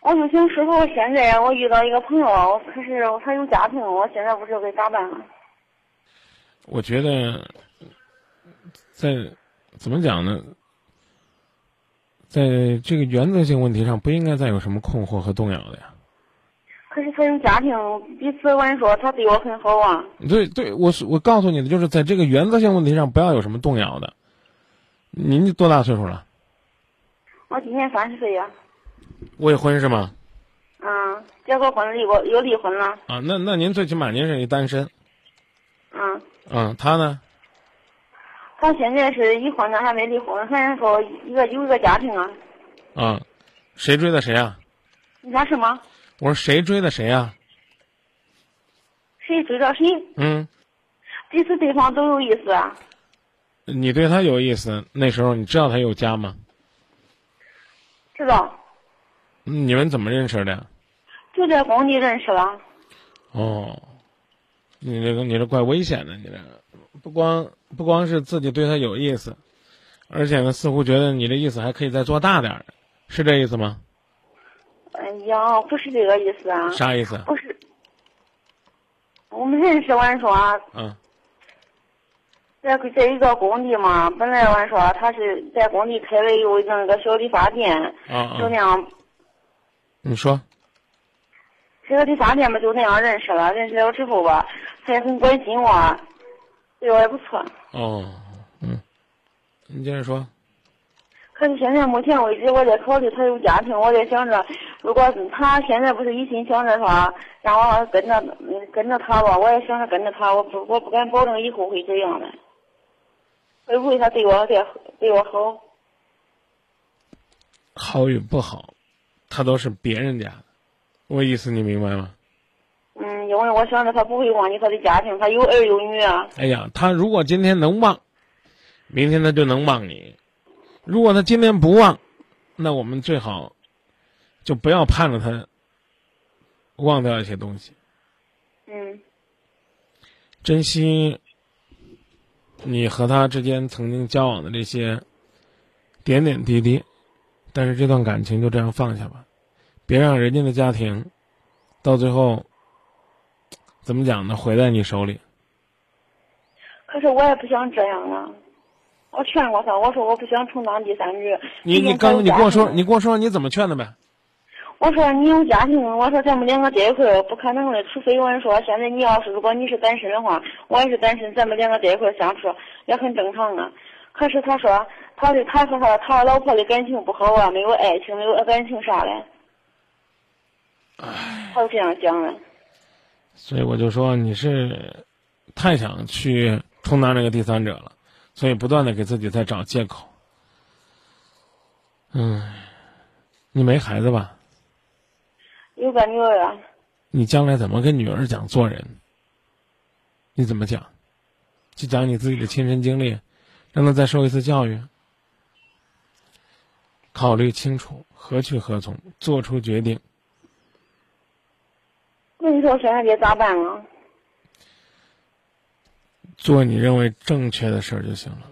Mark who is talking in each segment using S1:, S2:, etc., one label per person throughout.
S1: 我有些时候现在我遇到一个朋友，可是他有家庭，我现在不知道该咋办了。
S2: 我觉得在怎么讲呢，在这个原则性问题上，不应该再有什么困惑和动摇的呀。
S1: 可是他有家庭，彼此我跟你说，他对我很好啊。
S2: 对对，我是我告诉你的，就是在这个原则性问题上，不要有什么动摇的。您多大岁数了？
S1: 我今年三十岁呀，
S2: 未婚是吗？
S1: 嗯，结过婚，离过又离婚了，
S2: 啊，那那您最起码您是一单身，
S1: 嗯。
S2: 嗯，他呢？
S1: 他现在是已婚的，还没离婚，还是说一个有一个家庭啊？
S2: 啊，谁追的谁啊？
S1: 你说什么？
S2: 我说谁追的谁啊？
S1: 谁追着谁，
S2: 嗯，
S1: 彼此对方都有意思啊。
S2: 你对他有意思，那时候你知道他有家吗？
S1: 知道，
S2: 嗯你们怎么认识的呀？
S1: 就在工地认识了。
S2: 哦，你这个你这怪危险的，你这个不光不光是自己对他有意思，而且呢，似乎觉得你这意思还可以再做大点儿，是这意思吗？
S1: 哎呀，不是这个意思啊，
S2: 啥意思？
S1: 不是。我们认识，我跟你说啊，
S2: 啊
S1: 在在一个工地嘛，本来我跟你说他是在工地开了有那个小理发店，
S2: 啊
S1: 就那
S2: 啊！
S1: 样，
S2: 你说
S1: 这个理发店嘛就那样认识了。认识了之后吧，他也很关心我，对我也不错。
S2: 哦，嗯，你接着说。
S1: 可是现在目前为止，我在考虑他有家庭，我在想着，如果是他现在不是一心想着说让我跟着嗯跟着他吧，我也想着跟着他，我不我不敢保证以后会怎样的，会不会他对我对对我好？
S2: 好与不好，他都是别人家的。我意思你明白吗？
S1: 嗯，因为我想着他不会忘记他的家庭，他有儿有女啊。
S2: 哎呀，他如果今天能忘，明天他就能忘你；如果他今天不忘，那我们最好就不要盼着他忘掉一些东西，
S1: 嗯
S2: 珍惜你和他之间曾经交往的这些点点滴滴。但是这段感情就这样放下吧，别让人家的家庭到最后怎么讲呢？毁在你手里。
S1: 可是我也不想这样啊。我劝过他，我说我不想充当第三者。
S2: 你你刚你跟我说，你跟我说你怎么劝的呗？
S1: 啊我说你有家庭，我说咱们两个在一块儿不可能的，除非我跟你说，现在你要是如果你是单身的话，我也是单身，咱们两个在一块儿相处也很正常啊。可是他说他的他说他他老婆的感情不好啊，没有爱情，没有感情啥的。他就这样讲的。
S2: 所以我就说你是太想去充当这个第三者了，所以不断的给自己在找借口。嗯，你没孩子吧？
S1: 有个女儿啊，
S2: 你将来怎么跟女儿讲做人？你怎么讲？就讲你自己的亲身经历，让她再受一次教育。考虑清楚何去何从，做出决定。
S1: 那你说我现在该咋办啊？
S2: 做你认为正确的事儿就行了。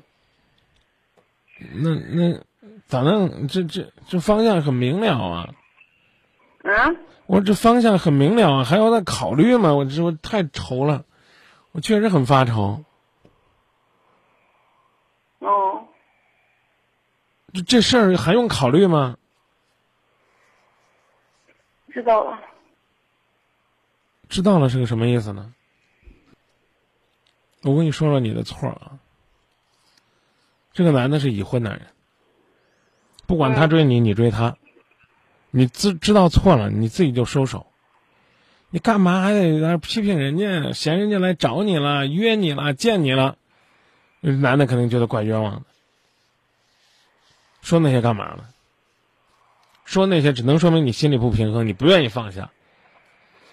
S2: 那那咋弄？这这这方向很明了啊！
S1: 啊？
S2: 我说这方向很明了啊，还要再考虑吗？我这我太愁了，我确实很发愁。
S1: 哦，
S2: 这这事儿还用考虑吗？
S1: 知道了。
S2: 知道了是个什么意思呢？我跟你说说你的错啊。这个男的是已婚男人，不管他追你，你追他，你知知道错了，你自己就收手。你干嘛还得在那儿批评人家，嫌人家来找你了、约你了、见你了？男的肯定觉得怪冤枉的。说那些干嘛呢？说那些只能说明你心里不平衡，你不愿意放下。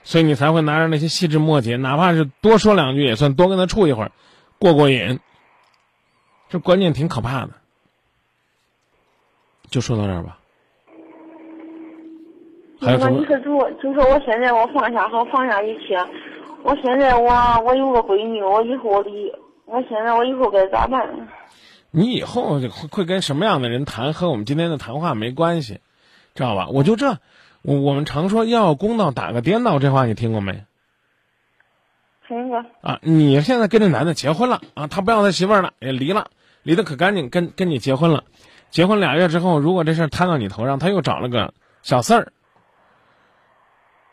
S2: 所以你才会拿着那些细枝末节，哪怕是多说两句，也算多跟他处一会儿，过过瘾。这观念挺可怕的。就说到这儿吧。还有什
S1: 那
S2: 么
S1: 你？说就我就说我现在我放下好放下一切，我现在我我有个闺女，我以后我离，我现在我以后该咋办？
S2: 你以后会会跟什么样的人谈，和我们今天的谈话没关系，知道吧？我就这，我我们常说要有公道打个颠倒，这话你听过没？
S1: 听过，
S2: 啊，你现在跟这男的结婚了啊，他不要他媳妇儿了，也离了，离得可干净，跟跟你结婚了，结婚俩月之后，如果这事儿摊到你头上，他又找了个小四儿，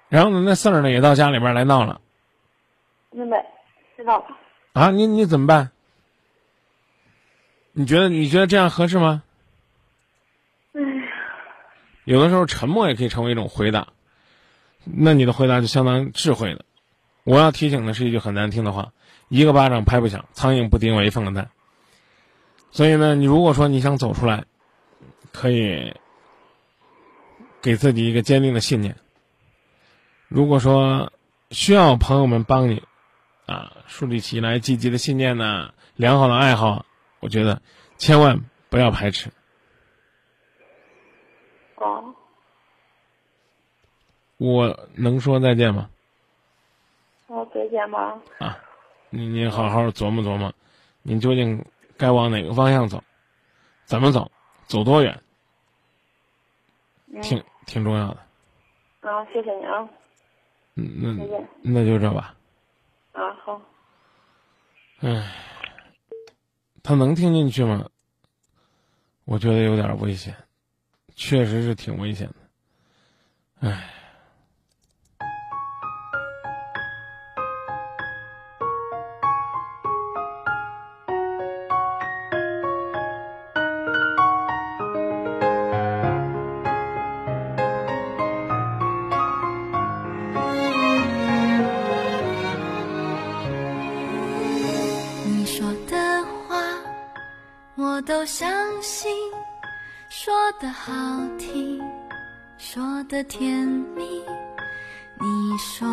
S2: 然后呢，那四儿呢也到家里边来闹了
S1: 明白，知道了。
S2: 啊，你你怎么办？你觉得你觉得这样合适吗？
S1: 哎呀，
S2: 有的时候沉默也可以成为一种回答，那你的回答就相当智慧的。我要提醒的是一句很难听的话：一个巴掌拍不响，苍蝇不叮我一缝的蛋。所以呢，你如果说你想走出来，可以给自己一个坚定的信念。如果说需要朋友们帮你啊，树立起来积极的信念呢、良好的爱好，我觉得千万不要排斥。
S1: 哦，
S2: 我能说再见吗？
S1: 我再见吧。
S2: 啊，你你好好琢磨琢磨，你究竟该往哪个方向走，怎么走，走多远，
S1: 嗯，
S2: 挺挺重要的。
S1: 啊，谢谢你啊，
S2: 嗯，
S1: 再
S2: 那
S1: 见。
S2: 那就这吧。
S1: 啊，好，
S2: 他能听进去吗？我觉得有点危险，确实是挺危险的。唉，
S3: 你说的话我都相信，说的好听，说的甜蜜，你说